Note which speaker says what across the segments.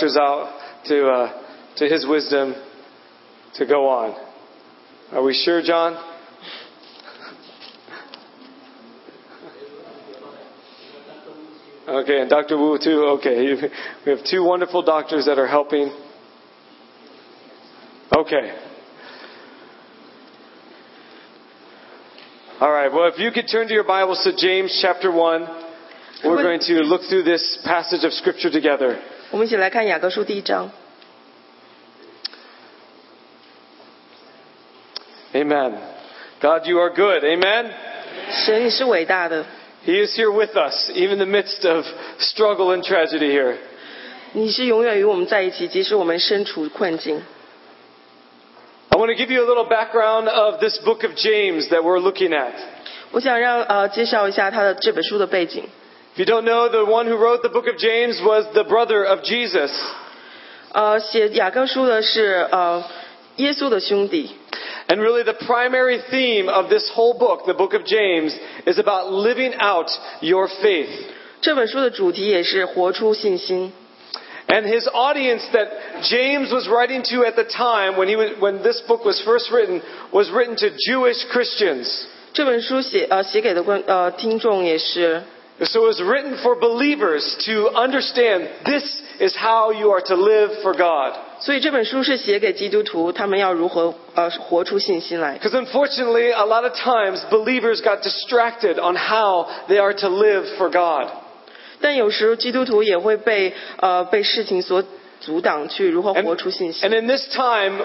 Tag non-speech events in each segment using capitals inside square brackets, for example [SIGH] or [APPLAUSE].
Speaker 1: goes out to, uh, to his wisdom to go on. Are we sure, John? Okay, and Dr. Wu too. Okay, [LAUGHS] we have two wonderful doctors that are helping. Okay. All right. Well, if you could turn to your Bibles to James chapter one, we're going to look through this passage of Scripture together.
Speaker 2: 我们一起来看雅各书第一章。
Speaker 1: Amen. God, you are good. Amen.
Speaker 2: 神，你是伟大的，
Speaker 1: He is here with us, even in the midst of struggle and tragedy here.
Speaker 2: 你是永远与我们在一起，即使我们身处困境。
Speaker 1: I want to give you a little background of this book of James that we're looking at.
Speaker 2: 我想让呃介绍一下他的这本书的背景。
Speaker 1: If you don't know, the one who wrote the book of James was the brother of Jesus.
Speaker 2: 呃，写雅各书的是呃耶稣的兄弟，
Speaker 1: And really, the primary theme of this whole book, the book of James, is about living out your faith.
Speaker 2: 这本书的主题也是活出信心。
Speaker 1: And his audience that James was writing to at the time when, he was, when this book was first written was written to Jewish Christians.
Speaker 2: 这本书写呃写给的观呃听众也是
Speaker 1: So it was written for believers to understand this is how you are to live for God.
Speaker 2: 所以这本书是写给基督徒，他们要如何呃活出信心来？
Speaker 1: Because unfortunately, a lot of times believers got distracted on how they are to live for God.
Speaker 2: 但有时基督徒也会被呃被事情所阻挡，去如何
Speaker 1: And,
Speaker 2: 活出信
Speaker 1: and
Speaker 2: 心。
Speaker 1: in this time,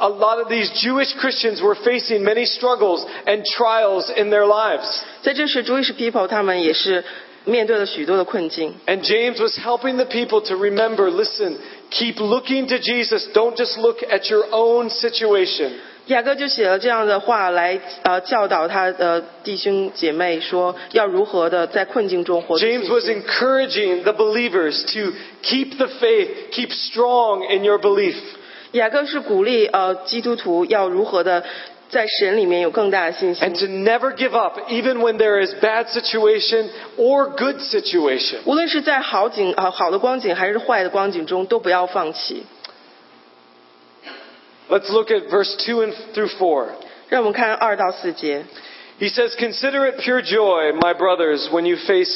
Speaker 1: a lot of these Jewish Christians were facing many struggles and trials in their lives.
Speaker 2: 在这时，Jewish people 他们也是面对了许多的困境。
Speaker 1: And James was helping the people to remember listen, keep looking to Jesus. Don't just look at your own situation.
Speaker 2: 雅各就写了这样的话来呃教导他的弟兄姐妹说，要如何的在困境中活出
Speaker 1: James
Speaker 2: 信
Speaker 1: was
Speaker 2: 心。
Speaker 1: encouraging the believers to keep the faith, keep strong in your belief.
Speaker 2: 雅各是鼓励呃基督徒要如何的在神里面有更大的信
Speaker 1: And
Speaker 2: 心，
Speaker 1: to never give up, even when there is bad situation or good situation.
Speaker 2: 无论是在好景啊、呃好的光景还是坏的光景中，都不要放弃。
Speaker 1: Let's look at verse 2 and through 4.
Speaker 2: 让我们看二到四节。
Speaker 1: He says, Consider it pure joy, my brothers, when you face,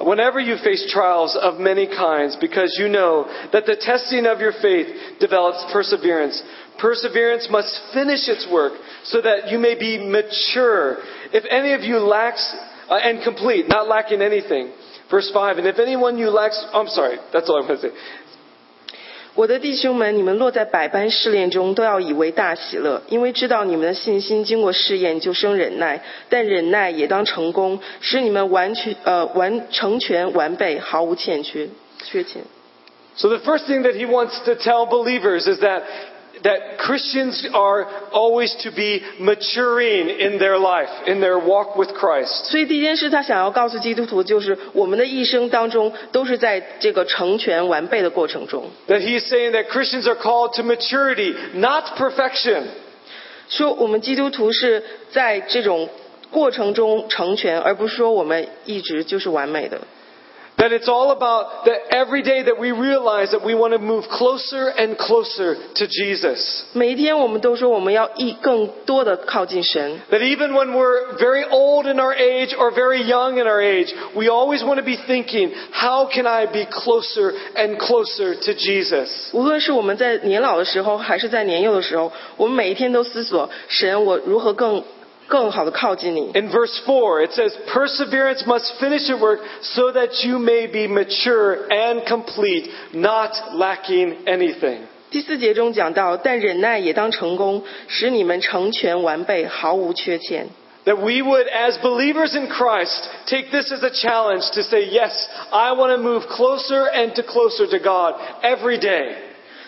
Speaker 1: whenever you face trials of many kinds, because you know that the testing of your faith develops perseverance. Perseverance must finish its work so that you may be mature. If any of you lacks, uh, and complete, not lacking anything. Verse 5, and if anyone you lacks, I'm sorry, that's all I'm going to say.
Speaker 2: 我的弟兄们，你们落在百般试炼中，都要以为大喜乐，因为知道你们的信心经过试验，就生忍耐。但忍耐也当成功，使你们完全呃完成全完备，毫无欠缺缺欠。
Speaker 1: So the first thing that he wants to tell believers is that that Christians are always to be maturing in their life, in their walk with Christ.
Speaker 2: 所以第一件事，他想要告诉基督徒，就是我们的一生当中都是在这个成全完备的过程中。
Speaker 1: That he is saying that Christians are called to maturity, not perfection.
Speaker 2: 说我们基督徒是在这种过程中成全，而不是说我们一直就是完美的。
Speaker 1: That it's all about that every day that we realize that we want to move closer and closer to Jesus.
Speaker 2: 每一天，我们都说我们要一更多的靠近神。
Speaker 1: That even when we're very old in our age or very young in our age, we always want to be thinking, how can I be closer and closer to Jesus?
Speaker 2: 无论是我们在年老的时候，还是在年幼的时候，我们每一天都思索神，我如何更更好的靠近你。
Speaker 1: In verse 4, it says, Perseverance must finish your work so that you may be mature and complete, not lacking anything.
Speaker 2: 第四节中讲到，但忍耐也当成功，使你们成全完备，毫无缺欠。
Speaker 1: That we would, as believers in Christ, take this as a challenge to say, Yes, I want to move closer and to closer to God every day.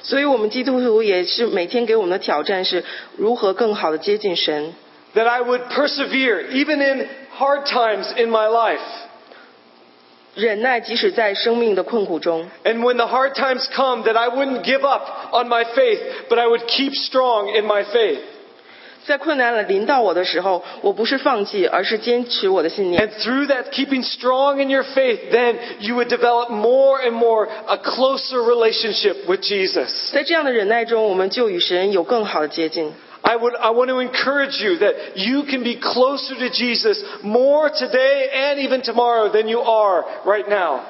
Speaker 2: 所以，我们基督徒也是每天给我们的挑战是如何更好的接近神，
Speaker 1: That I would persevere even in hard times in my life.
Speaker 2: 忍耐，即使在生命的困苦中。
Speaker 1: And when the hard times come, that I wouldn't give up on my faith, but I would keep strong in my faith.
Speaker 2: 在困难了临到我的时候，我不是放弃，而是坚持我的信念。
Speaker 1: And through that, keeping strong in your faith, then you would develop more and more a closer relationship with Jesus.
Speaker 2: 在这样的忍耐中，我们就与神有更好的接近。
Speaker 1: I, would, I want to encourage you that you can be closer to Jesus more today and even tomorrow than you are right now.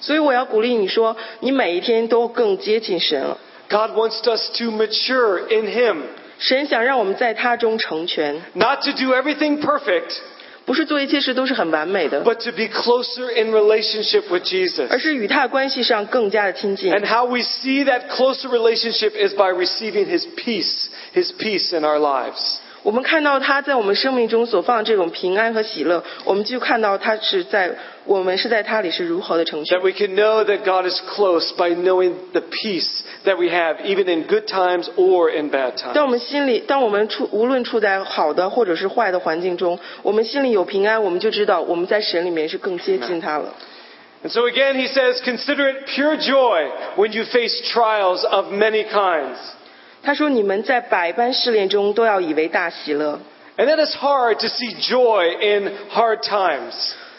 Speaker 2: 所以我要鼓励你说，你每一天都更接近神了。
Speaker 1: God wants us to mature in Him,
Speaker 2: 神想让我们在他中成全，
Speaker 1: not to do everything perfect,
Speaker 2: 不是做一切事都是很完美的，
Speaker 1: but to be closer in relationship with
Speaker 2: 而
Speaker 1: Jesus.
Speaker 2: 是与他关系上更加的亲近。
Speaker 1: And how we see that closer relationship is by receiving His peace, His peace in our lives.
Speaker 2: 我们看到他在我们生命中所放的这种平安和喜乐，我们就看到他是在我们是在他里是如何的成全
Speaker 1: That。we can know that God is close by knowing the peace that we have, even in good times or in bad
Speaker 2: 当
Speaker 1: times.
Speaker 2: 我们心里，当我们处无论处在好的或者是坏的环境中，我们心里有平安，我们就知道我们在神里面是更接近他了。
Speaker 1: And so again, he says, consider it pure joy when you face trials of many kinds.
Speaker 2: 他说：“你们在百般试炼中都要以为大喜乐，
Speaker 1: And that is hard to see joy in hard times.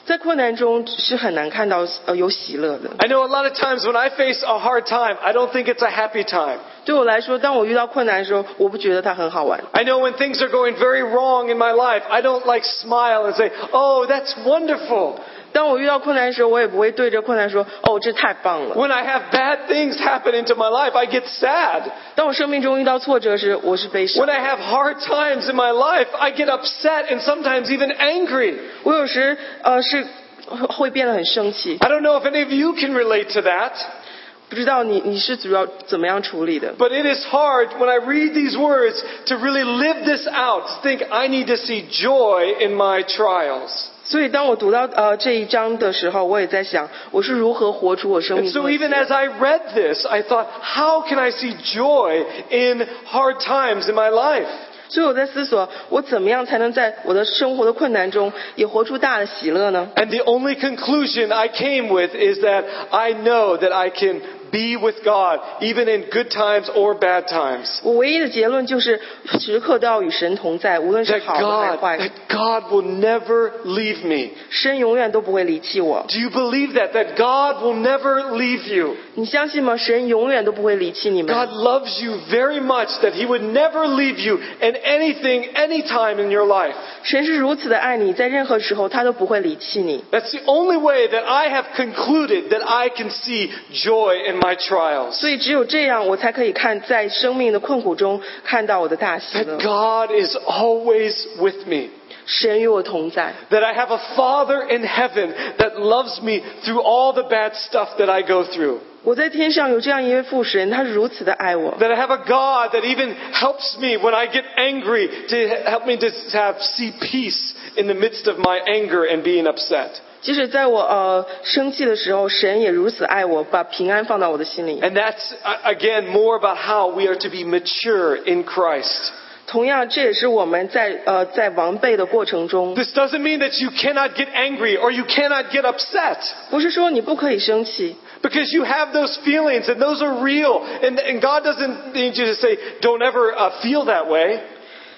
Speaker 2: 在困难中是很难看到呃有喜乐的。
Speaker 1: I know a lot of times when I face a hard time, I don't think it's a happy time.
Speaker 2: 对我来说，当我遇到困难的时候，我不觉得它很好玩。
Speaker 1: I know when things are going very wrong in my life, I don't like smile and say, oh, that's wonderful.
Speaker 2: 当我遇到困难的时候，我也不会对着困难说：‘哦，这太棒了。
Speaker 1: When I have bad things happen into my life, I get sad. ’
Speaker 2: 当我生命中遇到挫折时，我是悲伤
Speaker 1: When。I have hard times in my life, I get upset and sometimes even angry.
Speaker 2: 我有时呃是会会变得很生气。
Speaker 1: I don't know if any of you can relate to that,
Speaker 2: 不知道你你是主要怎么样处理的？
Speaker 1: but it is hard when I read these words to really live this out. Think I need to see joy in my trials.
Speaker 2: 所以当我读到呃这一章的时候，我也在想，我是如何活出我生
Speaker 1: And
Speaker 2: 命中
Speaker 1: so
Speaker 2: 的喜
Speaker 1: even
Speaker 2: 乐。
Speaker 1: as I read this, I thought, how can I see joy in hard times in my life?
Speaker 2: 所以我在思索，我怎么样才能在我的生活的困难中也活出大的喜乐呢？
Speaker 1: And the only conclusion I came with is that I know that I can be with God even in good times or bad times.
Speaker 2: 我唯一的结论就是，时刻都要与神同在，无论是
Speaker 1: that
Speaker 2: 好的还是
Speaker 1: God,
Speaker 2: 坏的，
Speaker 1: that God will never leave me.
Speaker 2: 神永远都不会离弃我。
Speaker 1: Do you believe that? That God will never leave you.
Speaker 2: 你相信吗？神永远都不会离弃你们。
Speaker 1: God loves you very much, that He would never leave you in anything, anytime in your life.
Speaker 2: 神是如此的爱你，在任何时候他都不会离弃你。
Speaker 1: That's the only way that I have concluded that I can see joy in my trials.
Speaker 2: 所以只有这样，我才可以看在生命的困苦中看到我的大喜
Speaker 1: That
Speaker 2: 乐。
Speaker 1: God is always with me.
Speaker 2: 神与我同在，
Speaker 1: That I have a Father in heaven that loves me through all the bad stuff that I go through.
Speaker 2: 我在天上有这样一位父神，他是如此的爱我。
Speaker 1: That I have a God that even helps me when I get angry to help me to have see peace in the midst of my anger and being upset.
Speaker 2: 即使在我呃生气的时候，神也如此爱我，把平安放到我的心里。
Speaker 1: And that's uh, again more about how we are to be mature in Christ.
Speaker 2: 同样，这也是我们在呃在王备的过程中，
Speaker 1: This doesn't mean that you cannot get angry or you cannot get upset
Speaker 2: 不是说你不可以生气，
Speaker 1: because you have those feelings and those are real. And, and God doesn't need you to say, don't ever uh, feel that way.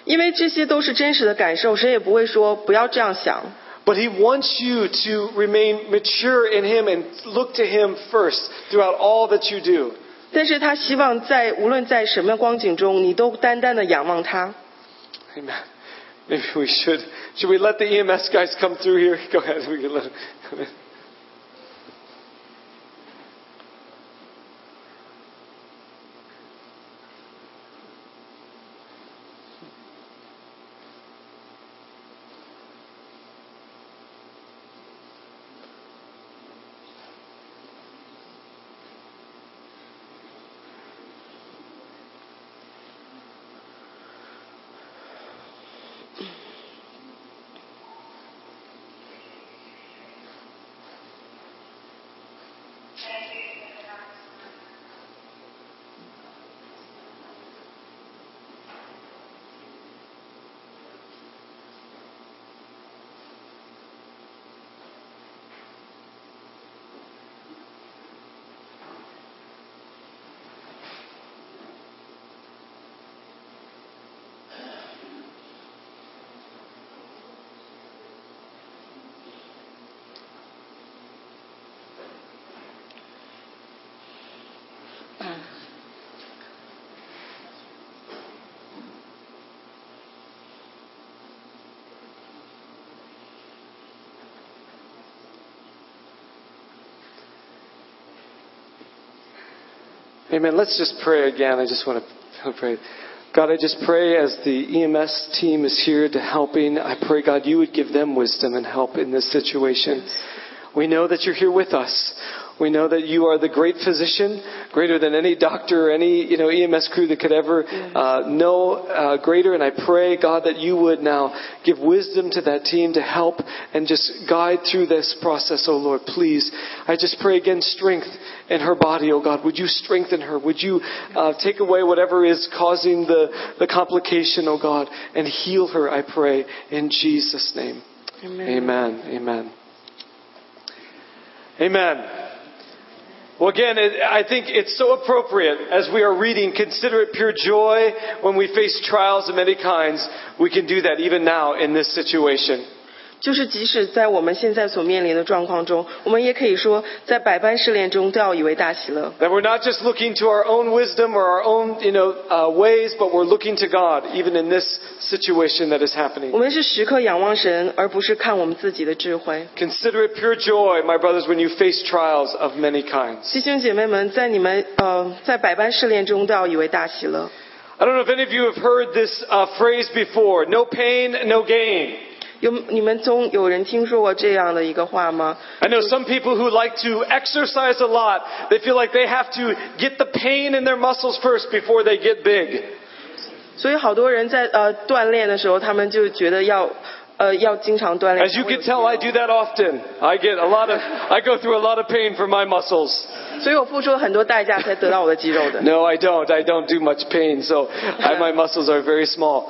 Speaker 2: 因为这些都是真实的感受，神也不会说不要这样想。
Speaker 1: But he wants you to remain mature in him and look to him first throughout all that you do.
Speaker 2: 但是他希望在无论在什么光景中，你都单单的仰望他。
Speaker 1: Amen. Maybe we should. Should we let the EMS guys come through here? [LAUGHS] Go ahead. We can let them come in. Amen. Let's just pray again. I just want to pray. God, I just pray as the EMS team is here to helping, I pray, God, you would give them wisdom and help in this situation. We know that you're here with us. We know that you are the great physician, greater than any doctor or any you know EMS crew that could ever uh, know uh, greater. And I pray, God, that you would now give wisdom to that team to help and just guide through this process. Oh Lord, please. I just pray again strength in her body. Oh God, would you strengthen her? Would you uh, take away whatever is causing the the complication? Oh God, and heal her. I pray in Jesus' name. Amen. Amen. Amen. Well, again, it, I think it's so appropriate as we are reading, consider it pure joy when we face trials of many kinds. We can do that even now in this situation.
Speaker 2: 就是即使在我们现在所面临的状况中，我们也可以说，在百般试炼中都要以为大喜乐。
Speaker 1: That we're not just looking to our own wisdom or our own, you know, uh, ways, but we're looking to God even in this situation that is happening.
Speaker 2: 我们是时刻仰望神，而不是看我们自己的智慧。
Speaker 1: Consider it pure joy, my brothers, when you face trials of many kinds.
Speaker 2: 弟兄姐妹们，在你们呃在百般试炼中都要以为大喜乐。
Speaker 1: I don't know if any of you have heard this uh, phrase before: no pain, no gain.
Speaker 2: 有你们中有人听说过这样的一个话吗？
Speaker 1: I know some people who like to exercise a lot. They feel like they have to get the pain in their muscles first before they get big.
Speaker 2: 所以好多人在呃锻炼的时候，他们就觉得要呃要经常锻炼
Speaker 1: As。you can tell, I do that often. I get a lot of, I go through a lot of pain for my muscles.
Speaker 2: 所以我付出了很多代价才得到我的肌肉的。
Speaker 1: No, I don't. I don't do much pain, so I, my muscles are very small.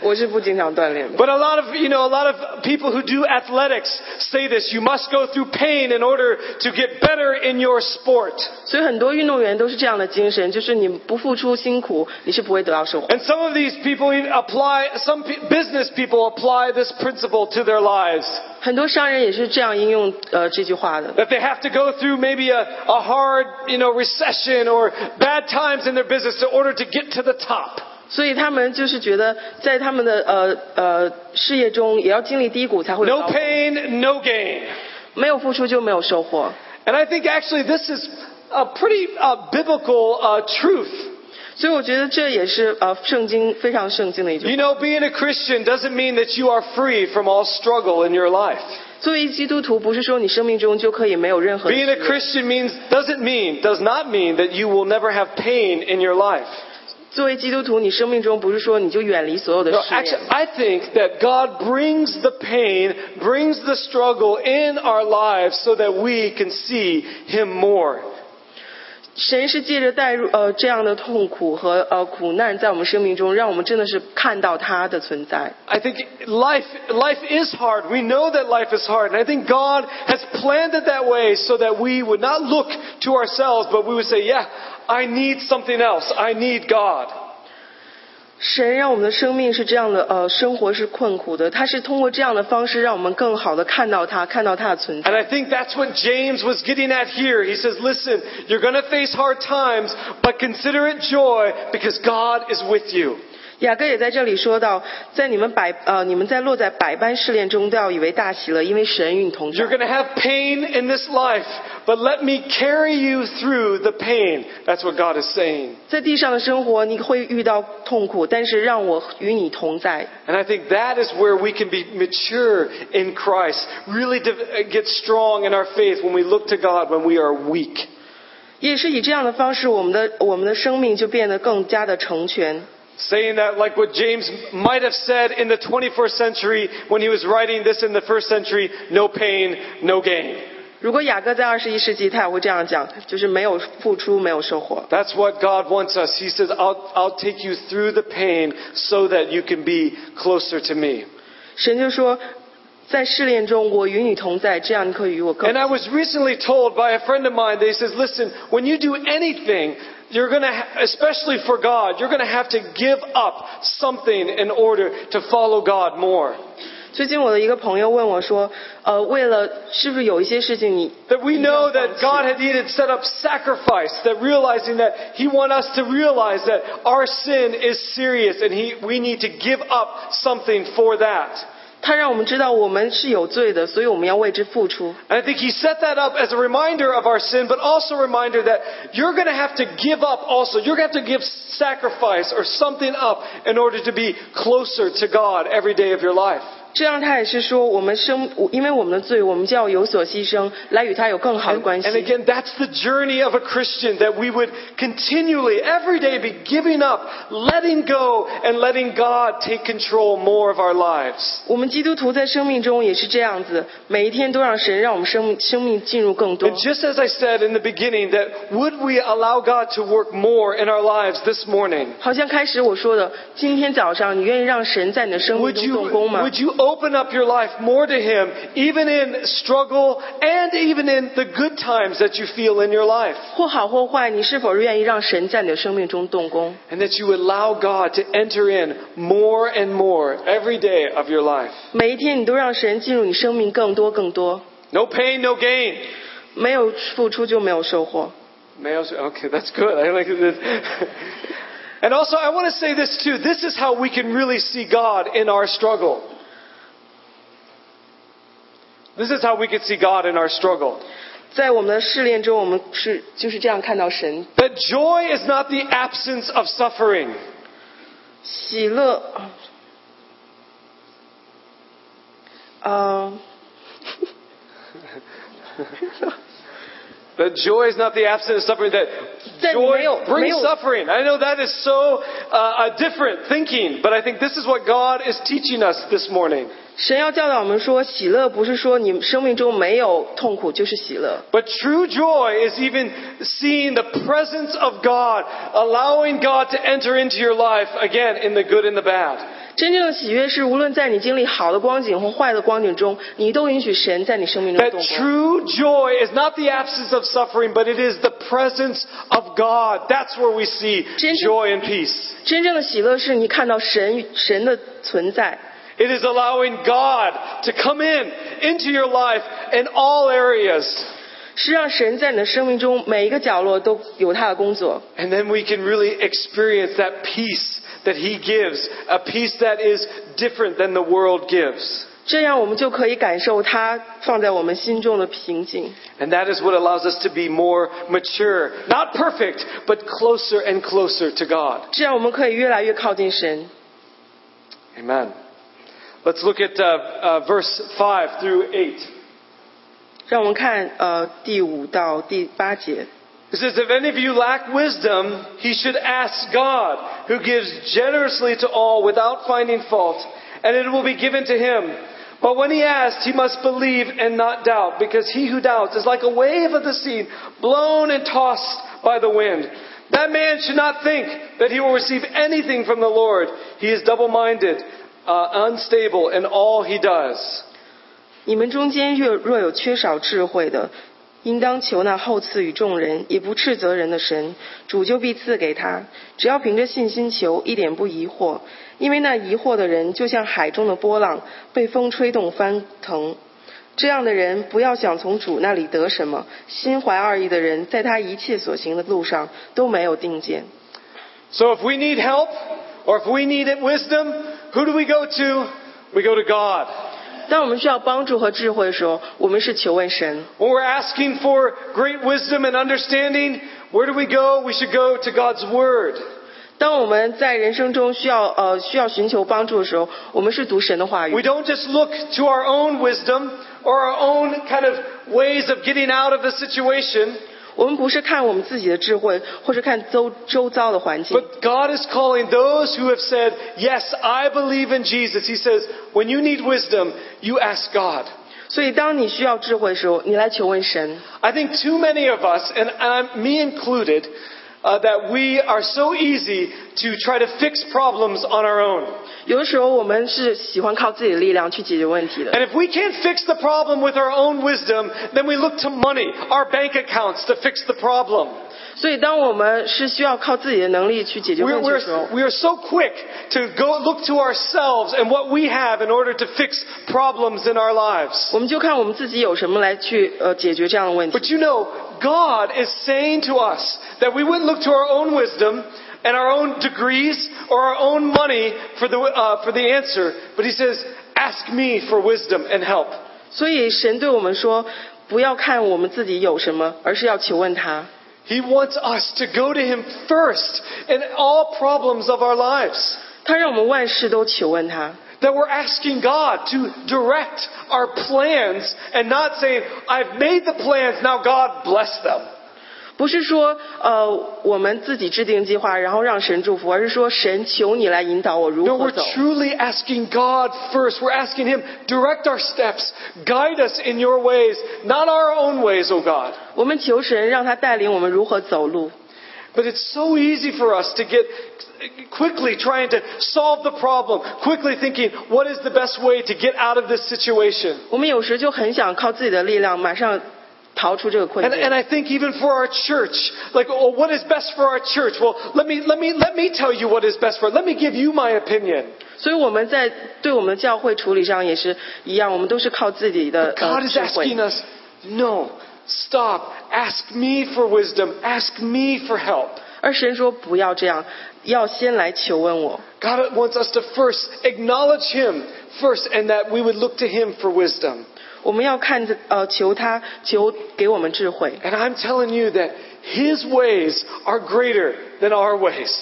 Speaker 2: 我是不经常锻炼的。
Speaker 1: But a lot of, you know, a lot of people who do athletics say this. You must go through pain in order to get better in your sport.
Speaker 2: 所以很多运动员都是这样的精神，就是你不付出辛苦，你是不会得到收获。
Speaker 1: And some of these people even apply, some pe- business people apply this principle to their lives.
Speaker 2: 很多商人也是这样应用呃这句话的。
Speaker 1: That they have to go through maybe a, a hard, you know, recession or bad times in their business in order to get to the top.
Speaker 2: 所以他们就是觉得在他们的呃呃事业中也要经历低谷才会有
Speaker 1: No
Speaker 2: 高峰
Speaker 1: pain, no gain.
Speaker 2: 没有付出就没有收获。
Speaker 1: And I think actually this is a pretty uh, biblical uh, truth.
Speaker 2: 所以我觉得这也是呃圣经非常圣经的一句话。
Speaker 1: You know, being a Christian doesn't mean that you are free from all struggle in your life.
Speaker 2: 作为基督徒，不是说你生命中就可以没有任何的
Speaker 1: Being
Speaker 2: 失
Speaker 1: a
Speaker 2: 落。
Speaker 1: Christian means doesn't mean does not mean that you will never have pain in your life.
Speaker 2: 作为基督徒，你生命中不是说你就远离所有的
Speaker 1: No,
Speaker 2: 试
Speaker 1: actually,
Speaker 2: 炼。
Speaker 1: I think that God brings the pain, brings the struggle in our lives so that we can see Him more.
Speaker 2: 神是借着带入呃这样的痛苦和呃苦难在我们生命中，让我们真的是看到他的存在。
Speaker 1: I think life, life is hard. We know that life is hard. And I think God has planned it that way so that we would not look to ourselves, but we would say, yeah, I need something else. I need God.
Speaker 2: 神让我们的生命是这样的，呃，生活是困苦的。他是通过这样的方式，让我们更好的看到他，看到他的存在。
Speaker 1: And I think that's what James was getting at here. He says, listen, you're going to face hard times, but consider it joy because God is with you.
Speaker 2: 雅各也在这里说到，在你们百呃，你们在落在百般试炼中，都要以为大喜乐，因为神与你同在
Speaker 1: You're。going to have pain in this life, but let me carry you through the pain. That's what God is saying.
Speaker 2: 在地上的生活，你会遇到痛苦，但是让我与你同在。
Speaker 1: And I think that is where we can be mature in Christ, really de- get strong in our faith when we look to God when we are weak.
Speaker 2: 也是以这样的方式，我们的我们的生命就变得更加的成全。
Speaker 1: Saying that like what James might have said in the 21st century when he was writing this in the first century, no pain, no gain.
Speaker 2: 如果雅各在二十一世纪，他也会这样讲，就是没有付出，没有收获。
Speaker 1: That's what God wants us. He says, I'll, I'll take you through the pain so that you can be closer to me.
Speaker 2: 神就说，在试炼中，我与你同在，这样你可以与我更
Speaker 1: And。I was recently told by a friend of mine, they says, listen, when you do anything, you're gonna, ha- especially for God, you're gonna have to give up something in order to follow God more.
Speaker 2: 最近我的一个朋友问我说，呃，为了是不是有一些事情你
Speaker 1: That we know that
Speaker 2: 一定要放
Speaker 1: God
Speaker 2: 弃。
Speaker 1: had needed set up sacrifice, that realizing that He want us to realize that our sin is serious and He, we need to give up something for that.
Speaker 2: 他让我们知道我们是有罪的，所以我们要为之付出。
Speaker 1: And I think he set that up as a reminder of our sin, but also a reminder that you're going to have to give up also. You're going to have to give sacrifice or something up in order to be closer to God every day of your life.
Speaker 2: 这样他也是说，我们生因为我们的罪，我们就要有所牺牲，来与他有更好的
Speaker 1: And,
Speaker 2: 关系。
Speaker 1: and again, that's the journey of a Christian that we would continually, every day, be giving up, letting go, and letting God take control more of our lives.
Speaker 2: 我们基督徒在生命中也是这样子，每一天都让神让我们生命生命进入更多
Speaker 1: And。just as I said in the beginning, that would we allow God to work more in our lives this morning?
Speaker 2: 好像开始我说的，今天早上你愿意让神在你的生
Speaker 1: Would
Speaker 2: 命
Speaker 1: you,
Speaker 2: 中动工吗
Speaker 1: would？you open up your life more to Him, even in struggle and even in the good times that you feel in your life?
Speaker 2: 或好或坏，你是否愿意让神在你的生命中动工？
Speaker 1: And that you allow God to enter in more and more every day of your life.
Speaker 2: 每一天你都让神进入你生命更多更多，
Speaker 1: No pain, no gain.
Speaker 2: 没有付出就没有收获。
Speaker 1: Males, okay, that's good. I like this. [LAUGHS] And also, I want to say this too. This is how we can really see God in our struggle. This is how we can see God in our struggle.
Speaker 2: 在我们的试炼中，我们是就是这样看到神
Speaker 1: That joy is not the absence of suffering.
Speaker 2: 喜乐。呃，
Speaker 1: That joy is not the absence of suffering. That
Speaker 2: Then
Speaker 1: joy
Speaker 2: male-
Speaker 1: brings
Speaker 2: male-
Speaker 1: suffering. I know that is so uh, a different thinking, but I think this is what God is teaching us this morning.
Speaker 2: 神要教导我们说，喜乐不是说你生命中没有痛苦就是喜乐，
Speaker 1: But true joy is even seeing the presence of God, allowing God to enter into your life again in the good and the bad.
Speaker 2: 真正的喜悦是无论在你经历好的光景或坏的光景中，你都允许神在你生命中
Speaker 1: That
Speaker 2: 动工。
Speaker 1: true joy is not the absence of suffering, but it is the presence of God. That's where we see
Speaker 2: Gen-
Speaker 1: joy and peace.
Speaker 2: 真正的喜乐是你看到神神的存在，
Speaker 1: It is allowing God to come in into your life in all areas.
Speaker 2: 是让神在你的生命中每一个角落都有他的工作。
Speaker 1: And then we can really experience that peace that He gives, a peace that is different than the world gives.
Speaker 2: 这样我们就可以感受他放在我们心中的平静。
Speaker 1: And that is what allows us to be more mature, not perfect, but closer and closer to God.
Speaker 2: 这样我们可以越来越靠近神。
Speaker 1: Amen. Let's look at uh, uh, verse 5 through 8.
Speaker 2: 让我们看呃第五到第八节。
Speaker 1: It says, If any of you lack wisdom, he should ask God, who gives generously to all without finding fault, and it will be given to him. But when he asks, he must believe and not doubt, because he who doubts is like a wave of the sea, blown and tossed by the wind. That man should not think that he will receive anything from the Lord. He is double minded, uh, unstable in all he does.
Speaker 2: 你们中间若若有缺少智慧的，应当求那厚赐与众人，也不斥责人的神，主就必赐给他。只要凭着信心求，一点不疑惑，因为那疑惑的人就像海中的波浪，被风吹动翻腾。这样的人不要想从主那里得什么，心怀二意的人，在他一切所行的路上都没有定见。
Speaker 1: So if we need help, or if we need wisdom, who do we go to? We go to God.
Speaker 2: 当我们需要帮助和智慧的时候，我们是求问神。
Speaker 1: When we're asking for great wisdom and understanding, where do we go? We should go to God's Word.
Speaker 2: 当我们在人生中需要呃需要寻求帮助的时候，我们是读神的话
Speaker 1: We
Speaker 2: 语。
Speaker 1: don't just look to our own wisdom or our own kind of ways of getting out of the situation,
Speaker 2: 我们不是看我们自己的智慧，或是看周周遭的环境，
Speaker 1: but God is calling those who have said, Yes, I believe in Jesus. He says, When you need wisdom, you ask God.
Speaker 2: 所以当你需要智慧的时候，你来求问神。
Speaker 1: I think too many of us, and I'm, me included, uh, that we are so easy to try to fix problems on our own.
Speaker 2: 有的时候我们是喜欢靠自己的力量去解决问题的。
Speaker 1: And if we can't fix the problem with our own wisdom, then we look to money, our bank accounts to fix the problem.
Speaker 2: 所以当我们是需要靠自己的能力去解决
Speaker 1: We're,
Speaker 2: 问题的时候
Speaker 1: we're, we are so quick to go look to ourselves and what we have in order to fix problems in our lives.
Speaker 2: 我们就看我们自己有什么来去呃解决这样的问题
Speaker 1: But。you know, God is saying to us that we wouldn't look to our own wisdom and our own degrees or our own money for the, uh, for the answer, but He says, Ask me for wisdom and help.
Speaker 2: 所以神对我们说，不要看我们自己有什么，而是要求问他。
Speaker 1: He wants us to go to Him first in all problems of our lives.
Speaker 2: 他让我们万事都求问他。
Speaker 1: That we're asking God to direct our plans and not saying, I've made the plans, now God bless them.
Speaker 2: 不是说呃我们自己制定计划，然后让神祝福，而是说神求你来引导我如
Speaker 1: No,
Speaker 2: 何
Speaker 1: we're
Speaker 2: 走。
Speaker 1: truly asking God first. We're asking Him, direct our steps, guide us in your ways, not our own ways, O God.
Speaker 2: 我们求神让他带领我们如何走路。
Speaker 1: But it's so easy for us to get quickly trying to solve the problem, quickly thinking, what is the best way to get out of this situation?
Speaker 2: 我们有时就很想靠自己的力量马上逃出这个困
Speaker 1: And,
Speaker 2: 境
Speaker 1: and。I think even for our church, like, oh, what is best for our church? Well, let me, let me, let me tell you what is best for it. Let me give you my opinion.
Speaker 2: 所以我们在对我们的教会处理上也是一样，我们都是靠自己的
Speaker 1: God
Speaker 2: 呃
Speaker 1: is
Speaker 2: 智
Speaker 1: asking
Speaker 2: 慧。
Speaker 1: us, no, stop. Ask me for wisdom. Ask me for help.
Speaker 2: 而神说不要这样，要先来求问我。
Speaker 1: God wants us to first acknowledge Him first and that we would look to Him for wisdom.
Speaker 2: 我们要看着呃求他求给我们智慧。
Speaker 1: And I'm telling you that His ways are greater than our ways.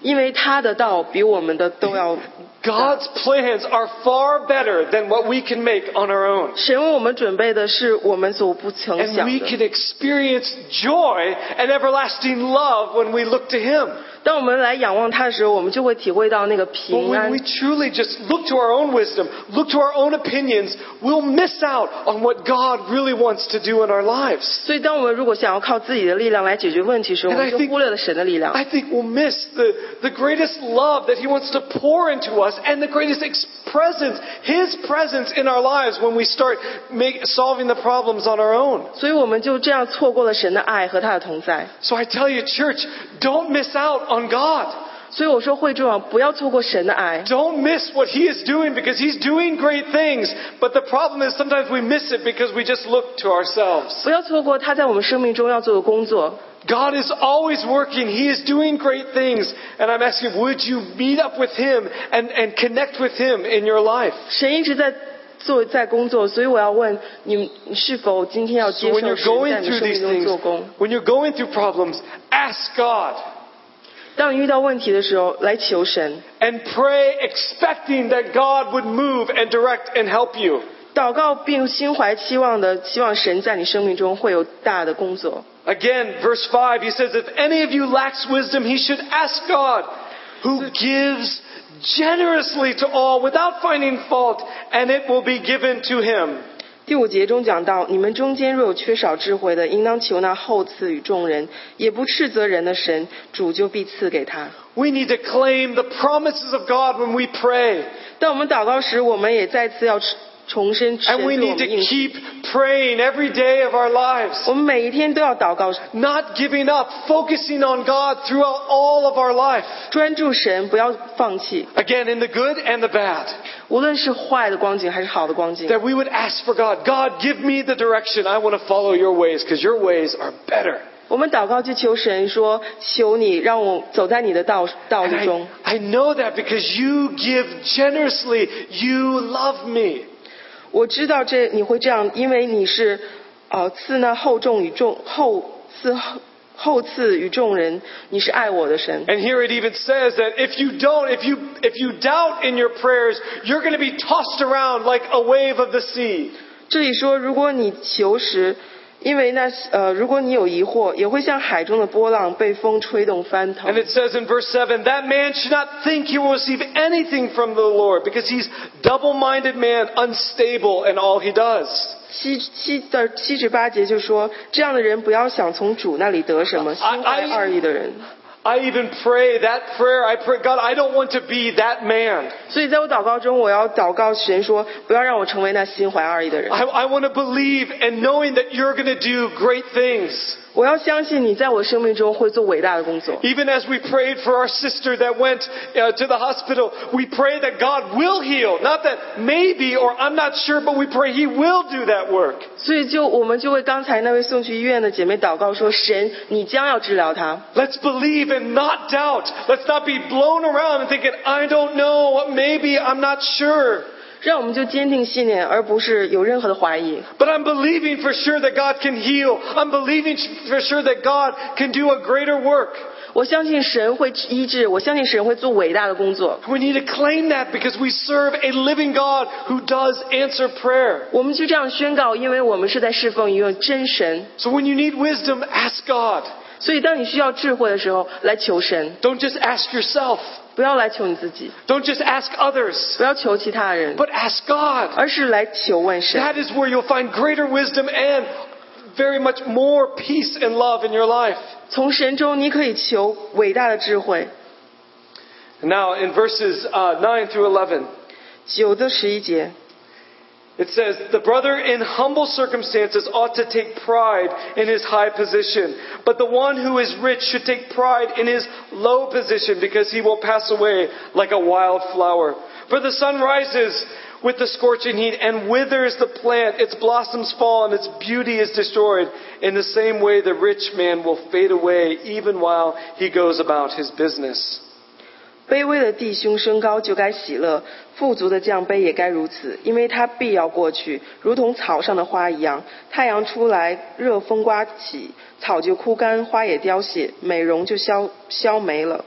Speaker 2: 因为他的道比我们的都要。
Speaker 1: God's plans are far better than what we can make on our own.
Speaker 2: 神为我们准备的是我们所不曾
Speaker 1: And
Speaker 2: 想
Speaker 1: we
Speaker 2: 的。
Speaker 1: can experience joy and everlasting love when we look to Him.
Speaker 2: 当我们来仰望他的时候，我们就会体会到那个
Speaker 1: But
Speaker 2: 平
Speaker 1: when
Speaker 2: 安
Speaker 1: we。truly just look to our own wisdom, look to our own opinions, we'll miss out on what God really wants to do in our lives.
Speaker 2: 所以，当我们如果想要靠自己的力量来解决问题时，我
Speaker 1: And I
Speaker 2: 们就
Speaker 1: think-
Speaker 2: 忽略了神的力量。
Speaker 1: I think we'll miss the, the greatest love that He wants to pour into us and the greatest ex- presence, His presence in our lives when we start make, solving the problems on our own.
Speaker 2: 所以，我们就这样错过了神的爱和他的同在。
Speaker 1: So I tell you, church, don't miss out on God.
Speaker 2: 所以我说，会众啊，不要错过神的爱。
Speaker 1: Don't miss what He is doing because He's doing great things. But the problem is sometimes we miss it because we just look to ourselves.
Speaker 2: 不要错过他在我们生命中要做的工作。
Speaker 1: God is always working. He is doing great things. And I'm asking, would you meet up with Him and, and connect with Him in your life?
Speaker 2: 神一直在做，在工作，所以我要问你们，你是否今天要
Speaker 1: So
Speaker 2: 接
Speaker 1: when
Speaker 2: 受
Speaker 1: you're
Speaker 2: 神
Speaker 1: going
Speaker 2: 在你
Speaker 1: through
Speaker 2: 生
Speaker 1: these
Speaker 2: 命中
Speaker 1: things,
Speaker 2: 做工？
Speaker 1: when you're going through problems, ask God
Speaker 2: 当你遇到问题的时候，来求神，
Speaker 1: and pray expecting that God would move and direct and help you.
Speaker 2: 祷告并心怀期望的，希望神在你生命中会有大的工作。
Speaker 1: Again, verse 5, he says, If any of you lacks wisdom, he should ask God, who gives generously to all without finding fault, and it will be given to him.
Speaker 2: 第五节中讲到，你们中间若有缺少智慧的，应当求那厚赐与众人，也不斥责人的神，主就必赐给他。
Speaker 1: We need to claim the promises of God when we pray.
Speaker 2: 当我们祷告时，我们也再次要重申神
Speaker 1: And
Speaker 2: 对
Speaker 1: we
Speaker 2: 我
Speaker 1: need
Speaker 2: 们
Speaker 1: to
Speaker 2: 应许。
Speaker 1: keep praying every day of our lives.
Speaker 2: 我们每一天都要祷告，
Speaker 1: Not giving up, focusing on God throughout all of our life.
Speaker 2: 专注神，不要放弃。
Speaker 1: Again, in the good and the bad.
Speaker 2: 无论是坏的光景还是好的光景，
Speaker 1: That we would ask for God, God, give me the direction. I want to follow your ways because your ways are better.
Speaker 2: 我们祷告就求神说：“求你让我走在你的道道
Speaker 1: And
Speaker 2: 路中。”
Speaker 1: I, I know that because you give generously. You love me.
Speaker 2: 我知道这你会这样，因为你是呃赐那厚重与众厚赐厚厚赐与众人，你是爱我的神。
Speaker 1: And here it even says that if you don't, if you, if you doubt in your prayers, you're going to be tossed around like a wave of the sea.
Speaker 2: 这里说，如果你求时，因为那呃，如果你有疑惑，也会像海中的波浪被风吹动翻腾
Speaker 1: And。it says in verse 7 that man should not think he will receive anything from the Lord because he's double minded man, unstable in all he does.
Speaker 2: 七七的七十八节就说，这样的人不要想从主那里得什么，心
Speaker 1: I-
Speaker 2: 怀
Speaker 1: I-
Speaker 2: 二意的人。
Speaker 1: I even pray that prayer. I pray, God, I don't want to be that man.
Speaker 2: 所以在我祷告中，我要祷告神说，不要让我成为那心怀二意的人。
Speaker 1: I, I want to believe and knowing that you're going to do great things.
Speaker 2: 我要相信你在我生命中会做伟大的工作。
Speaker 1: Even as we prayed for our sister that went uh, to the hospital, we pray that God will heal. Not that maybe or I'm not sure, but we pray He will do that work.
Speaker 2: 所以就我们就为刚才那位送去医院的姐妹祷告说：“神，你将要治疗她。
Speaker 1: Let's believe and not doubt. Let's not be blown around and thinking, I don't know, maybe, I'm not sure. ”
Speaker 2: 让我们就坚定信念，而不是有任何的怀疑。
Speaker 1: But I'm believing for sure that God can heal. I'm believing for sure that God can do a greater work.
Speaker 2: 我相信神会医治，我相信神会做伟大的工作。
Speaker 1: We need to claim that because we serve a living God who does answer prayer.
Speaker 2: 我们就这样宣告，因为我们是在侍奉一个真神。
Speaker 1: So when you need wisdom, ask God.
Speaker 2: 所以，当你需要智慧的时候，来求神，
Speaker 1: Don't just ask yourself.
Speaker 2: 不要来求你自己，
Speaker 1: Don't just ask others,
Speaker 2: 不要求其他人，
Speaker 1: but ask God.
Speaker 2: 而是来求问神。
Speaker 1: That is where you'll find greater wisdom and very much more peace and love in your life.
Speaker 2: 从神中，你可以求伟大的智慧。
Speaker 1: Now, in verses uh, 9 through 11,
Speaker 2: 九到十一节，
Speaker 1: it says, The brother in humble circumstances ought to take pride in his high position, but the one who is rich should take pride in his low position, because he will pass away like a wild flower. For the sun rises with the scorching heat and withers the plant, its blossoms fall, and its beauty is destroyed. In the same way, the rich man will fade away even while he goes about his business.
Speaker 2: 卑微的弟兄升高就该喜乐，富足的降卑也该如此，因为他必要过去，如同草上的花一样。太阳出来，热风刮起，草就枯干，花也凋谢，美容就消消没了。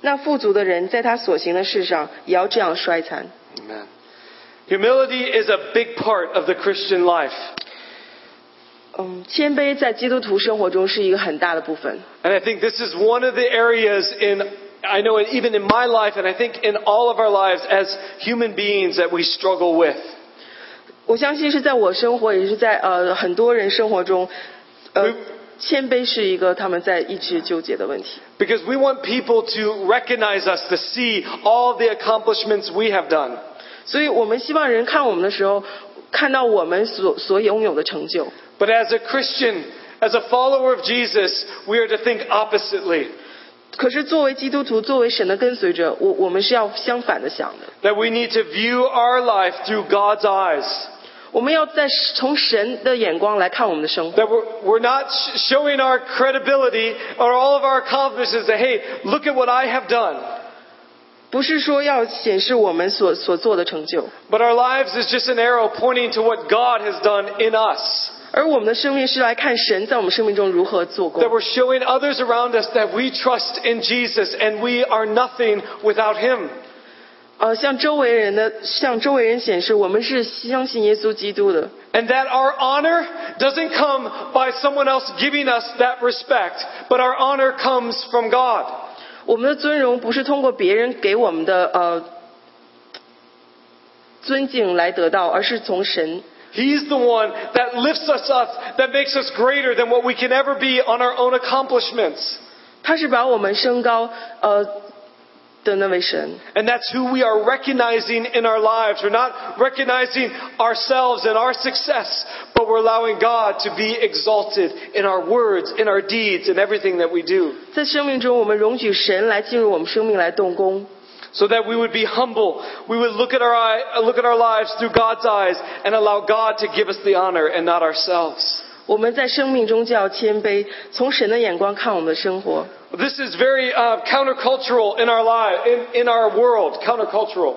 Speaker 2: 那富足的人在他所行的事上也要这样衰残。
Speaker 1: Amen. Humility is a big part of the Christian life.
Speaker 2: 嗯，谦卑在基督徒生活中是一个很大的部分。
Speaker 1: And I think this is one of the areas in, I know even in my life, and I think in all of our lives as human beings that we struggle with.
Speaker 2: 我相信是在我生活，也是在呃很多人生活中，呃
Speaker 1: 嗯，
Speaker 2: 谦卑是一个他们在一直纠结的问题。
Speaker 1: Because we want people to recognize us, to see all the accomplishments we have done.
Speaker 2: 所以我们希望人看我们的时候，看到我们所所拥有的成就。
Speaker 1: But as a Christian, as a follower of Jesus, we are to think oppositely.
Speaker 2: 可是作为基督徒，作为神的跟随者，我我们是要相反的想的。
Speaker 1: That we need to view our life through God's eyes.
Speaker 2: 我们要在从神的眼光来看我们的生活，
Speaker 1: That we're, we're not sh- showing our credibility or all of our accomplishments that, hey, look at what I have done.
Speaker 2: 不是说要显示我们所所做的成就，
Speaker 1: But our lives is just an arrow pointing to what God has done in us.
Speaker 2: 而我们的生命是来看神在我们生命中如何做
Speaker 1: That
Speaker 2: 工。
Speaker 1: we're showing others around us that we trust in Jesus and we are nothing without Him.
Speaker 2: 呃，向周围人的向周围人显示我们是相信耶稣基督的，
Speaker 1: And that our honor doesn't come by someone else giving us that respect, but our honor comes from God.
Speaker 2: 我们的尊荣不是通过别人给我们的呃尊敬来得到，而是从神
Speaker 1: He's the one that lifts us up, that makes us greater than what we can ever be on our own accomplishments.
Speaker 2: 他是把我们升高呃的那位神，
Speaker 1: And that's who we are recognizing in our lives. We're not recognizing ourselves and our success, but we're allowing God to be exalted in our words, in our deeds, in everything that we do.
Speaker 2: 在生命中我们容许神来进入我们生命来动工，
Speaker 1: So that we would be humble. We would look at our, eye, look at our lives through God's eyes and allow God to give us the honor and not ourselves.
Speaker 2: 我们在生命中就要谦卑，从神的眼光看我们的生活。
Speaker 1: This is very uh, countercultural in our life, in, in our world, countercultural.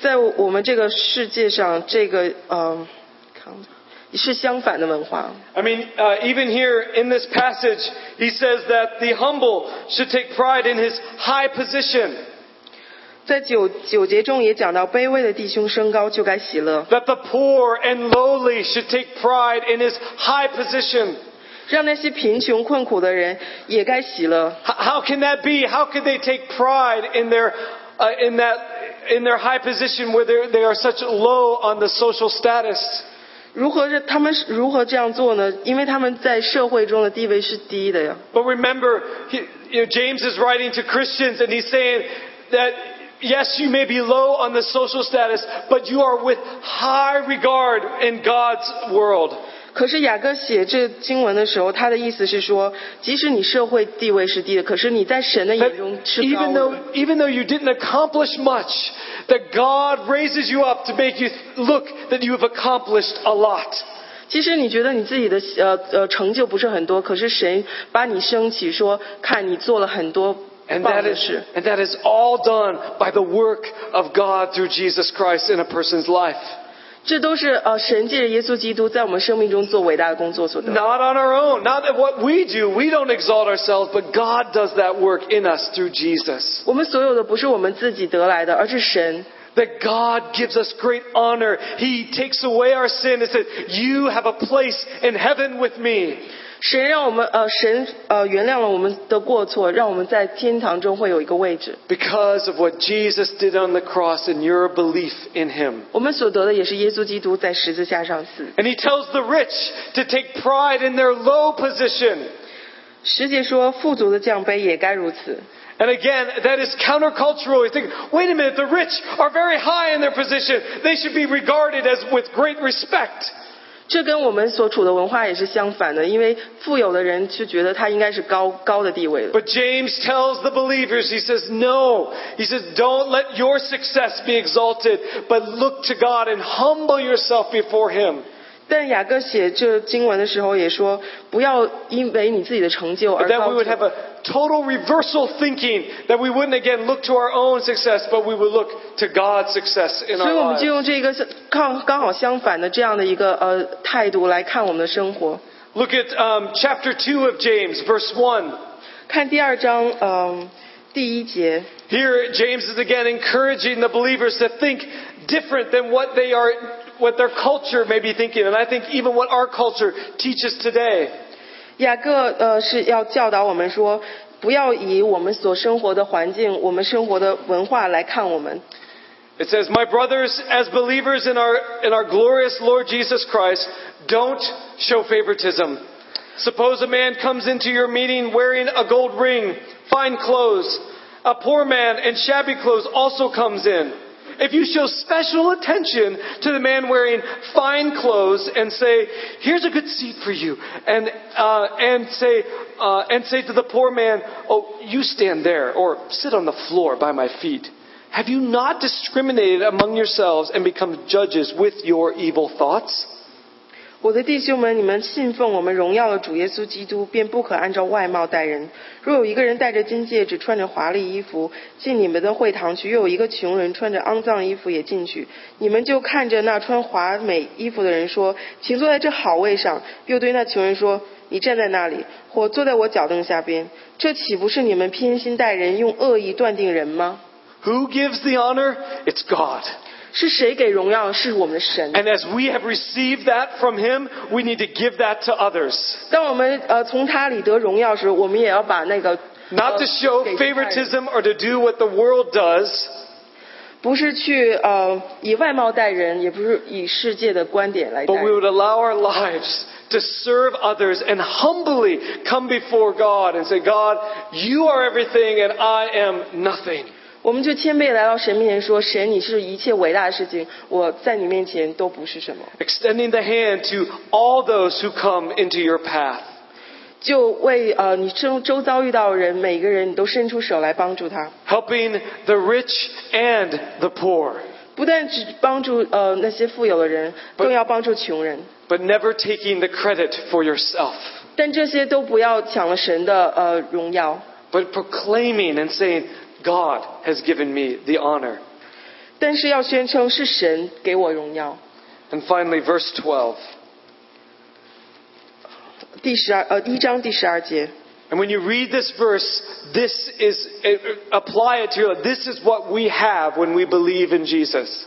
Speaker 2: 在我们这个世界上，这个呃，看是相反的文化。
Speaker 1: I mean, uh, even here in this passage, he says that the humble should take pride in his high position,
Speaker 2: 在九九节中也讲到，卑微的弟兄升高就该喜乐，
Speaker 1: that the poor and lowly should take pride in his high position.
Speaker 2: 让那些贫穷困苦的人也该喜乐。
Speaker 1: H- how can that be? How could they take pride in their uh, in that in their high position where they're- they are such low on the social status?
Speaker 2: 如何是他们是如何这样做呢？因为他们在社会中的地位是低的呀。
Speaker 1: But remember, he, you know, James is writing to Christians and he's saying that yes, you may be low on the social status, but you are with high regard in God's world.
Speaker 2: 可是雅各写这经文的时候，他的意思是说，即使你社会地位是低的，可是你在神的
Speaker 1: That
Speaker 2: 眼中是
Speaker 1: even
Speaker 2: 高
Speaker 1: though
Speaker 2: 的。
Speaker 1: even though you didn't accomplish much, that God raises you up to make you look that you have accomplished a lot.
Speaker 2: 其实你觉得你自己的呃呃成就不是很多，可是神把你升起说，看你做了很多
Speaker 1: And that,
Speaker 2: 棒的
Speaker 1: is,
Speaker 2: 是，
Speaker 1: and that is all done by the work of God through Jesus Christ in a person's life.
Speaker 2: 这都是呃神借着耶稣基督在我们生命中做伟大的工作所得。
Speaker 1: Not on our own, not that what we do. We don't exalt ourselves, but God does that work in us through Jesus.
Speaker 2: 我们所有的不是我们自己得来的，而是神。
Speaker 1: That God gives us great honor. He takes away our sin and says, You have a place in heaven with me.
Speaker 2: 神让我们呃，神呃原谅了我们的过错，让我们在天堂中会有一个位置。
Speaker 1: Because of what Jesus did on the cross and your belief in him.
Speaker 2: 我们所得的也是耶稣基督在十字架上死。
Speaker 1: And he tells the rich to take pride in their low position.
Speaker 2: 十节说，富足的奖杯也该如此。
Speaker 1: And again, that is countercultural. You think, wait a minute, the rich are very high in their position. They should be regarded as with great respect.
Speaker 2: 这跟我们所处的文化也是相反的，因为富有的人就觉得他应该是高高的地位了。
Speaker 1: But James tells the believers, he says, no. He says, don't let your success be exalted, but look to God and humble yourself before him.
Speaker 2: 但雅各写这经文的时候也说，不要因为你自己的成就而
Speaker 1: But that we
Speaker 2: 高
Speaker 1: would
Speaker 2: 举
Speaker 1: have。a total reversal thinking, that we wouldn't again look to our own success, but we would look to God's success in
Speaker 2: 所以
Speaker 1: our
Speaker 2: 我们
Speaker 1: lives.
Speaker 2: 就用这个刚刚好相反的这样的一个呃态度来看我们的生活。
Speaker 1: Look at um, chapter 2 of James, verse 1.
Speaker 2: 看第二章，嗯、第一节，
Speaker 1: Here, James is again encouraging the believers to think different than what they are, what their culture may be thinking, and I think even what our culture teaches today.
Speaker 2: 雅各呃是要教导我们说，不要以我们所生活的环境、我们生活的文化来看我们。
Speaker 1: It says, "My brothers, as believers in our in our glorious Lord Jesus Christ, don't show favoritism. Suppose a man comes into your meeting wearing a gold ring, fine clothes. A poor man in shabby clothes also comes in. If you show special attention to the man wearing fine clothes and say, "Here's a good seat for you," and uh, and say uh, and say to the poor man, "Oh, you stand there, or sit on the floor by my feet." Have you not discriminated among yourselves and become judges with your evil thoughts?
Speaker 2: 我的弟兄们，你们信奉我们荣耀的主耶稣基督，便不可按照外貌待人。若有一个人戴着金戒指，穿着华丽衣服进你们的会堂去，又有一个穷人穿着肮脏衣服也进去，你们就看着那穿华美衣服的人说：“请坐在这好位上。”又对那穷人说：“你站在那里，或坐在我脚凳下边。”这岂不是你们偏心待人，用恶意断定人吗？
Speaker 1: Who gives the honor? It's God.
Speaker 2: 是谁给荣耀？是我们的神。
Speaker 1: And as we have received that from Him, we need to give that to others.
Speaker 2: 当我们呃从他里得荣耀时，我们也要把那个
Speaker 1: Not to
Speaker 2: 呃
Speaker 1: show
Speaker 2: 给其他人
Speaker 1: favoritism or to do what the world does,
Speaker 2: 不是去呃以外貌待人，也不是以世界的观点来待
Speaker 1: but we
Speaker 2: 人
Speaker 1: would allow our lives to serve others and humbly come before God and say, God, you are everything and I am nothing.
Speaker 2: 我们就谦卑来到神面前说：“神，你是一切伟大的事情，我在你面前都不是什么。
Speaker 1: Extending the hand to all those who come into your path. ”
Speaker 2: 就为呃你周周遭遇到的人，每个人你都伸出手来帮助他，
Speaker 1: helping the rich and the poor,
Speaker 2: 不但只帮助呃那些富有的人，更要帮助穷人。
Speaker 1: but never taking the credit for yourself,
Speaker 2: 但这些都不要抢了神的呃荣耀，
Speaker 1: but proclaiming and saying, God has given me the honor.
Speaker 2: 但是要宣称是神给我荣耀。
Speaker 1: And finally, verse 12.
Speaker 2: 第十二呃一章第十二节。
Speaker 1: And when you read this verse, this is, apply it to your life. This is what we have when we believe in Jesus.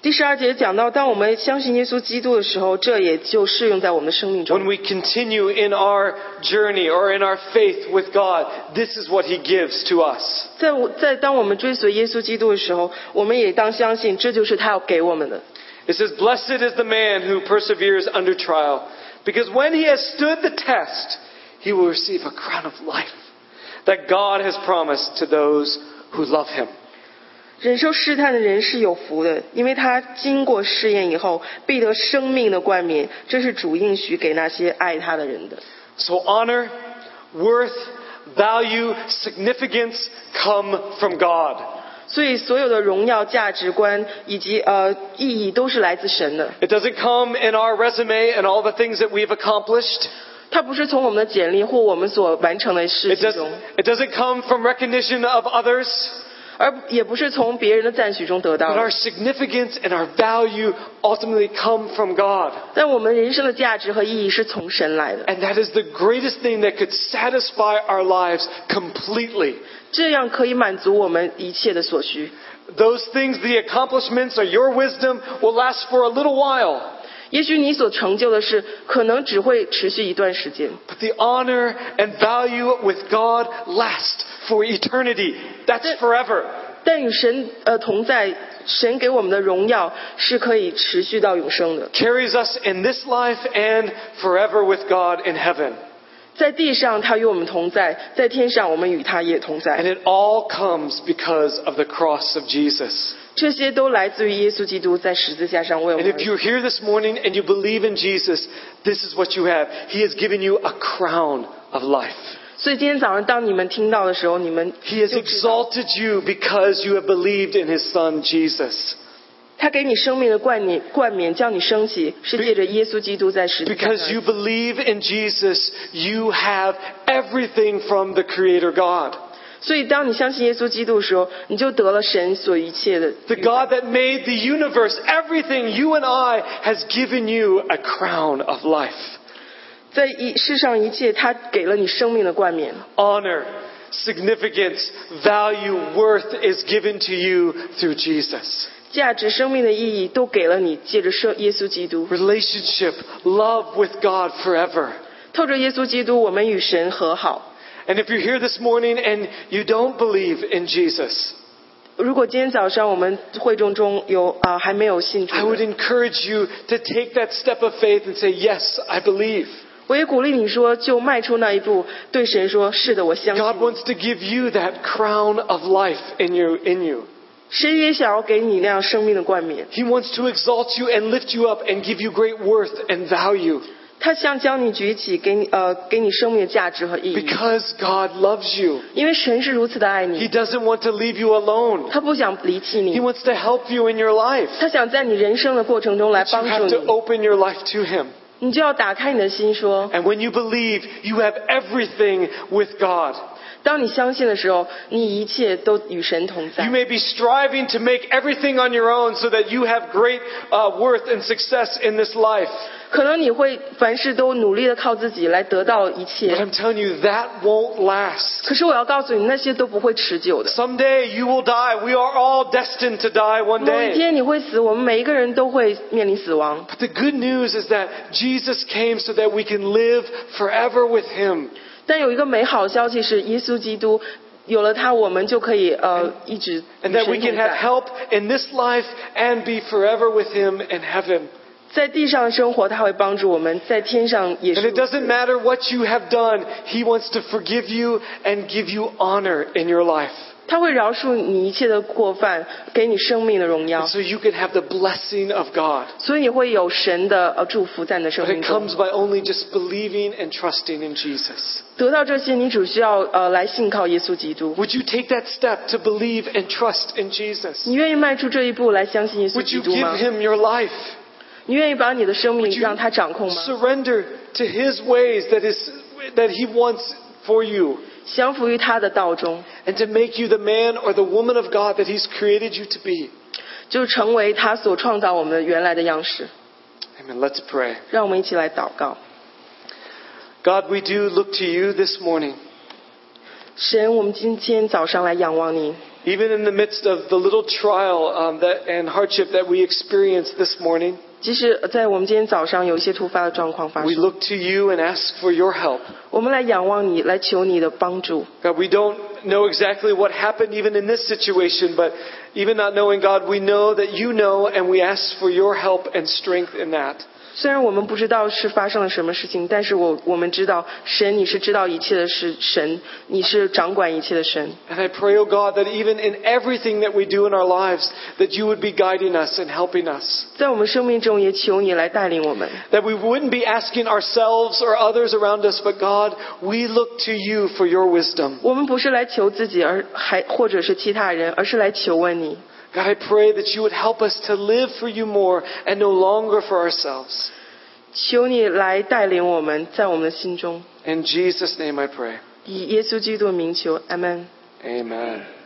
Speaker 2: 第十二节讲到，当我们相信耶稣基督的时候，这也就适用在我们的生命中。
Speaker 1: When we continue in our journey or in our faith with God, this is what He gives to us.
Speaker 2: 在我在当我们追随耶稣基督的时候，我们也当相信这就是他要给我们的。
Speaker 1: It says, Blessed is the man who perseveres under trial, because when he has stood the test, he will receive a crown of life that God has promised to those who love him.
Speaker 2: 忍受试探的人是有福的，因为他经过试验以后，必得生命的冠冕。这是主应许给那些爱他的人的。
Speaker 1: So honor, worth, value, significance come from God.
Speaker 2: 所以，所有的荣耀、价值观以及呃意义都是来自神的，
Speaker 1: It doesn't come in our resume and all the things that we've accomplished.
Speaker 2: 它不是从我们的简历或我们所完成的事
Speaker 1: It,
Speaker 2: 情
Speaker 1: does,
Speaker 2: 中，
Speaker 1: it doesn't come from recognition of others,
Speaker 2: 而也不是从别人的赞许中得到
Speaker 1: but
Speaker 2: 的
Speaker 1: our。significance and our value ultimately come from God.
Speaker 2: 但我们人生的价值和意义是从神来的，
Speaker 1: And that is the greatest thing that could satisfy our lives completely.
Speaker 2: 这样可以满足我们一切的所需。
Speaker 1: Those things, the accomplishments or your wisdom will last for a little while,
Speaker 2: 也许你所成就的事，可能只会持续一段时间，
Speaker 1: but the honor and value with God last for eternity. That's forever.
Speaker 2: 但与神呃同在，神给我们的荣耀是可以持续到永生的。
Speaker 1: Carries us in this life and forever with God in heaven.
Speaker 2: 在地上，他与我们同在；在天上，我们与他也同
Speaker 1: And
Speaker 2: 在。
Speaker 1: it all comes because of the cross of Jesus.
Speaker 2: 这些都来自于耶稣基督在十字架上为我
Speaker 1: And
Speaker 2: 们
Speaker 1: if。you're here this morning and you believe in Jesus, this is what you have. He has given you a crown of life.
Speaker 2: 所以今天早上，当你们听到的时候，你们
Speaker 1: He has exalted you because you have believed in his son Jesus.
Speaker 2: 他给你生命的冠冕，冠冕叫你升起，是借着耶稣基督在十字架
Speaker 1: Because
Speaker 2: 上
Speaker 1: you。believe in Jesus, you have everything from the Creator God.
Speaker 2: 所以，当你相信耶稣基督的时候，你就得了神所一切的。
Speaker 1: The God that made the universe, everything, you and I, has given you a crown of life.
Speaker 2: 在一世上一切，他给了你生命的冠冕。
Speaker 1: Honor, significance, value, worth is given to you through Jesus.
Speaker 2: 价值、生命的意义都给了你，借着圣耶稣基督，
Speaker 1: Relationship, love with God forever.
Speaker 2: 透着耶稣基督，我们与神和好。
Speaker 1: And if you're here this morning and you don't believe in Jesus,
Speaker 2: 如果今天早上我们会众中有啊、还没有信主
Speaker 1: I would
Speaker 2: 的，
Speaker 1: encourage you to take that step of faith and say, Yes, I believe.
Speaker 2: 我也鼓励你说，就迈出那一步，对神说：“是的，我相信
Speaker 1: God。wants to give you that crown of life in you. In you. ”
Speaker 2: 神也想要给你那样生命的冠冕，
Speaker 1: He wants to exalt you and lift you up and give you great worth and value
Speaker 2: 他想将你举起，给你呃给你生命的价值和意义，
Speaker 1: because God loves you.
Speaker 2: 因为神是如此的
Speaker 1: He
Speaker 2: 爱你，
Speaker 1: doesn't want to leave you alone.
Speaker 2: 他不想离弃
Speaker 1: He
Speaker 2: 你，
Speaker 1: wants to help you in your life.
Speaker 2: 他想在你人生的过程中来
Speaker 1: You
Speaker 2: 帮
Speaker 1: have
Speaker 2: 助
Speaker 1: to
Speaker 2: 你，
Speaker 1: open your life to Him.
Speaker 2: 你就要打开你的心说。
Speaker 1: And when you believe, you have everything with God.
Speaker 2: 当你相信的时候，你一切都与神同
Speaker 1: You
Speaker 2: 在。
Speaker 1: may be striving to make everything on your own so that you have great uh, worth and success in this life.
Speaker 2: 可能你会凡事都努力的靠自己来得到
Speaker 1: But
Speaker 2: 一切，
Speaker 1: I'm telling you, that won't last.
Speaker 2: 可是我要告诉你，那些都不会持久的。
Speaker 1: Someday you will die. We are all destined to die one
Speaker 2: 某一
Speaker 1: day.
Speaker 2: 天你会死，我们每一个人都会面临死亡。
Speaker 1: But the good news is that Jesus came so that we can live forever with Him.
Speaker 2: 但有一个美好的消息是，耶稣基督有了他，我们就可以呃一直
Speaker 1: And
Speaker 2: 与
Speaker 1: that
Speaker 2: 神
Speaker 1: we
Speaker 2: 同
Speaker 1: can have
Speaker 2: 在，
Speaker 1: help in this life and be forever with Him in heaven.
Speaker 2: 在地上生活，他会帮助我们，在天上也
Speaker 1: And
Speaker 2: 是
Speaker 1: it。doesn't matter what you have done, He wants to forgive you and give you honor in your life.
Speaker 2: 他会饶恕你一切的过犯，给你生命的荣耀，
Speaker 1: So you can have the blessing of God.
Speaker 2: 所以你会有神的呃祝福在你的生
Speaker 1: But
Speaker 2: 命
Speaker 1: it
Speaker 2: 中。
Speaker 1: comes by only just believing and trusting in Jesus.
Speaker 2: 得到这些，你只需要呃来信靠耶稣基督。
Speaker 1: Would you take that step to believe and trust in Jesus?
Speaker 2: 你愿意迈出这一步来相信耶稣
Speaker 1: Would you
Speaker 2: 基督
Speaker 1: give
Speaker 2: 吗？
Speaker 1: him your life?
Speaker 2: 你愿意把你的生
Speaker 1: Would
Speaker 2: 命
Speaker 1: you
Speaker 2: 让他掌控吗？
Speaker 1: surrender to his ways that, is, that he wants for you
Speaker 2: 降服于他的道中，
Speaker 1: and to make you the man or the woman of God that he's created you to be?
Speaker 2: 就成为他所创造我们的原来的样式。
Speaker 1: Amen. Let's pray.
Speaker 2: 让我们一起来祷告。
Speaker 1: God, we do look to you this morning.
Speaker 2: 神，我们今天早上来仰望你，
Speaker 1: Even in the midst of the little trial um, that, and hardship that we experienced this morning,
Speaker 2: 即使在我们今天早上有一些突发的状况发
Speaker 1: we
Speaker 2: 生，
Speaker 1: look to you and ask for your help.
Speaker 2: 我们来仰望你，来求你的帮助。
Speaker 1: God, we don't know exactly what happened even in this situation, but even not knowing, God, we know that you know, and we ask for your help and strength in that.
Speaker 2: 虽然我们不知道是发生了什么事情，但是我我们知道，神你是知道一切的是神，你是掌管一切的神。
Speaker 1: And I pray, oh God, that even in everything that we do in our lives, that you would be guiding us and helping us.
Speaker 2: 在我们生命中，也求你来带领我们，
Speaker 1: That we wouldn't be asking ourselves or others around us, but God, we look to you for your wisdom.
Speaker 2: 我们不是来求自己，而还或者是其他人，而是来求问你。
Speaker 1: God, I pray that you would help us to live for you more and no longer for ourselves.
Speaker 2: 求你来带领我们，在我们的心中，
Speaker 1: In Jesus' name I pray.
Speaker 2: 以耶稣基督的名求，阿门。
Speaker 1: Amen.